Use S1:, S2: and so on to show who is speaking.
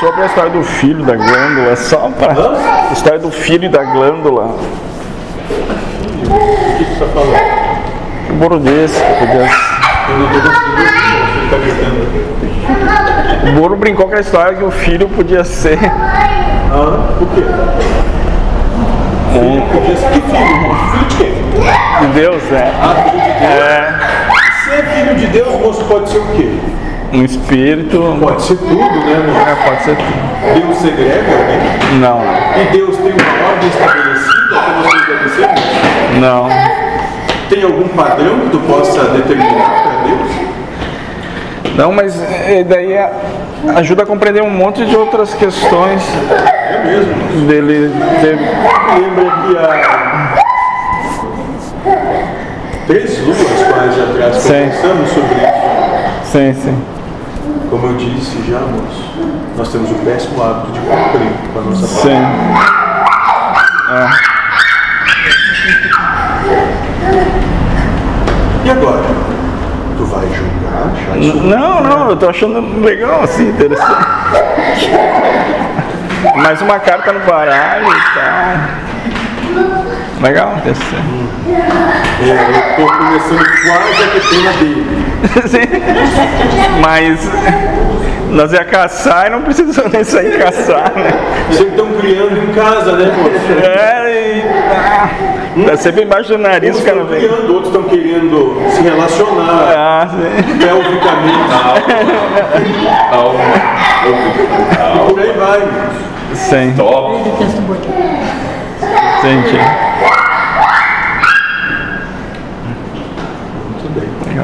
S1: Sobre a história do filho da glândula, só para a história do filho da glândula.
S2: O que que tá falando?
S1: O Boro disse, porque
S2: Eu não tô conseguindo ouvir, você tá gritando.
S1: o Boro brincou com a história que o filho podia ser
S2: Ah, por quê?
S1: um
S2: Podia ser que filho, irmão? Filho de quê?
S1: de Deus, né?
S2: Ah, filho de Deus.
S1: É
S2: Ser filho de Deus, moço, pode ser o quê?
S1: um espírito.
S2: Pode ser tudo, né, moço?
S1: É, pode ser.
S2: Deus segrega, né?
S1: Não,
S2: E Deus tem uma ordem estabelecida que você estabeleceu?
S1: não.
S2: Tem algum padrão que tu possa determinar para Deus?
S1: Não, mas é, daí é- ajuda a compreender um monte de outras questões
S2: É mesmo.
S1: dele ter.
S2: lembra que há três luas quase atrás
S1: Sim.
S2: conversamos sobre isso.
S1: Sim, sim.
S2: Como eu disse já, moço, nós temos o péssimo hábito de cumprir com a nossa palavra.
S1: Sim.
S2: E agora? Tu vai julgar, achar isso
S1: Não, não, eu tô achando legal, assim, interessante. Mais uma carta no baralho e tal. Legal, interessante.
S2: é, eu tô começando quase a ter pena dele.
S1: Sim. Mas nós ia caçar e não precisou nem sair caçar, né?
S2: Vocês estão criando em casa, né, moço?
S1: É, e, ah, tá sempre embaixo do nariz,
S2: Uns
S1: o cara
S2: estão
S1: vem.
S2: criando, outros estão querendo se relacionar
S1: Ah, sim.
S2: pelvicamente.
S3: Calma.
S2: Por aí vai, moço.
S1: Sim,
S3: Top.
S1: entendi.